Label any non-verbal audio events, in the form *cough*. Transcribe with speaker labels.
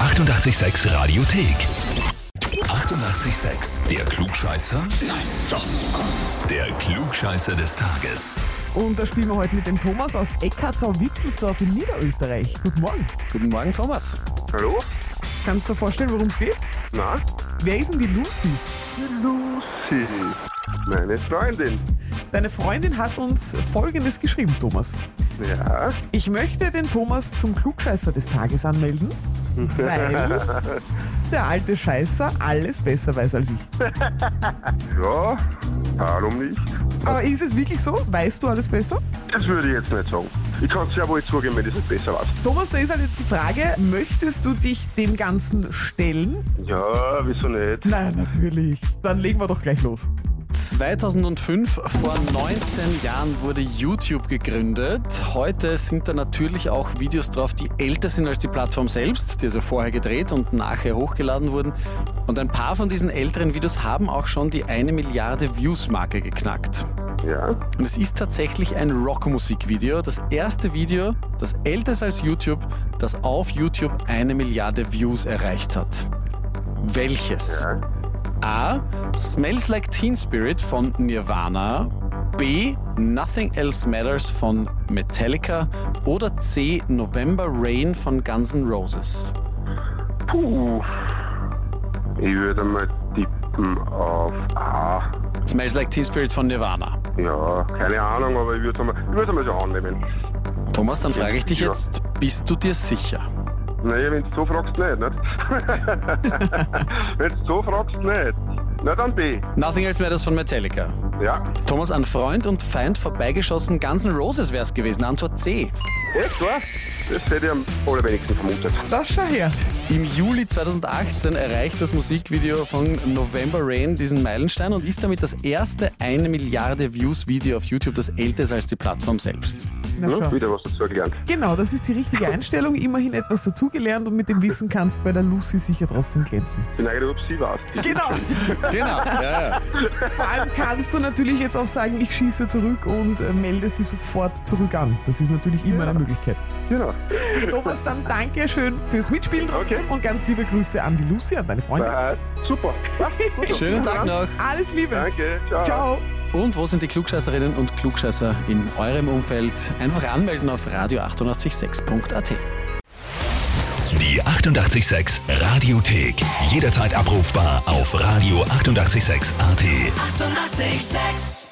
Speaker 1: 886 Radiothek. 88,6. Der Klugscheißer? Nein, doch. Der Klugscheißer des Tages.
Speaker 2: Und da spielen wir heute mit dem Thomas aus Eckartsau-Witzelsdorf in Niederösterreich. Guten Morgen.
Speaker 3: Guten Morgen, Thomas.
Speaker 4: Hallo?
Speaker 2: Kannst du dir vorstellen, worum es geht?
Speaker 4: Na?
Speaker 2: Wer ist denn die Lucy?
Speaker 4: Lucy. Meine Freundin.
Speaker 2: Deine Freundin hat uns Folgendes geschrieben, Thomas.
Speaker 4: Ja?
Speaker 2: Ich möchte den Thomas zum Klugscheißer des Tages anmelden, weil der alte Scheißer alles besser weiß als ich.
Speaker 4: Ja? Warum nicht?
Speaker 2: Aber ist es wirklich so? Weißt du alles besser?
Speaker 4: Das würde ich jetzt nicht sagen. Ich kann es ja wohl zugeben, wenn ich es nicht besser weiß.
Speaker 2: Thomas, da ist halt jetzt die Frage, möchtest du dich dem Ganzen stellen?
Speaker 4: Ja, wieso nicht?
Speaker 2: Nein, natürlich. Dann legen wir doch gleich los.
Speaker 3: 2005, vor 19 Jahren, wurde YouTube gegründet. Heute sind da natürlich auch Videos drauf, die älter sind als die Plattform selbst, die also vorher gedreht und nachher hochgeladen wurden. Und ein paar von diesen älteren Videos haben auch schon die eine Milliarde Views-Marke geknackt.
Speaker 4: Ja?
Speaker 3: Und es ist tatsächlich ein Rockmusikvideo, das erste Video, das älter ist als YouTube, das auf YouTube eine Milliarde Views erreicht hat. Welches?
Speaker 4: Ja?
Speaker 3: A. Smells Like Teen Spirit von Nirvana. B. Nothing Else Matters von Metallica. Oder C. November Rain von Guns N' Roses.
Speaker 4: Puh. Ich würde mal tippen auf A.
Speaker 3: Smells Like Teen Spirit von Nirvana.
Speaker 4: Ja, keine Ahnung, aber ich würde mal, ich würde mal so annehmen.
Speaker 3: Thomas, dann frage ich dich
Speaker 4: Ja.
Speaker 3: jetzt, bist du dir sicher?
Speaker 4: Naja, wenn du so fragst, nicht, *laughs* nicht? wenn du so fragst, nicht. Na dann B.
Speaker 3: Nothing Else Matters von Metallica.
Speaker 4: Ja.
Speaker 3: Thomas, an Freund und Feind vorbeigeschossen, Guns N' Roses wär's gewesen. Antwort C.
Speaker 4: Echt, wa? Das hätte ich am allerwenigsten vermutet.
Speaker 2: Das schau her.
Speaker 3: Im Juli 2018 erreicht das Musikvideo von November Rain diesen Meilenstein und ist damit das erste eine Milliarde Views Video auf YouTube, das älter ist als die Plattform selbst.
Speaker 2: Na
Speaker 4: Ja,
Speaker 2: schau.
Speaker 4: wieder was dazu gelernt.
Speaker 2: Genau, das ist die richtige Einstellung. Immerhin etwas dazugelernt und mit dem Wissen kannst bei der Lucy sicher trotzdem glänzen.
Speaker 4: Ich bin eigentlich, ob sie war.
Speaker 2: Genau.
Speaker 3: Genau, ja, ja.
Speaker 2: Vor allem kannst du natürlich jetzt auch sagen, ich schieße zurück und äh, meldest dich sofort zurück an. Das ist natürlich immer eine Möglichkeit.
Speaker 4: Genau.
Speaker 2: Thomas, dann danke schön fürs Mitspielen trotzdem
Speaker 4: Okay.
Speaker 2: und ganz liebe Grüße an die Lucy, an deine Freunde.
Speaker 4: Äh, super. Ja, gut so.
Speaker 3: Schönen Tag noch.
Speaker 2: Alles Liebe.
Speaker 4: Danke.
Speaker 2: Ciao.
Speaker 3: Und wo sind die Klugscheißerinnen und Klugscheißer in eurem Umfeld? Einfach anmelden auf radio886.at.
Speaker 1: Die 88,6 Radiothek. Jederzeit abrufbar auf radio886.at. 88,6.
Speaker 5: Eighty-eight, sex.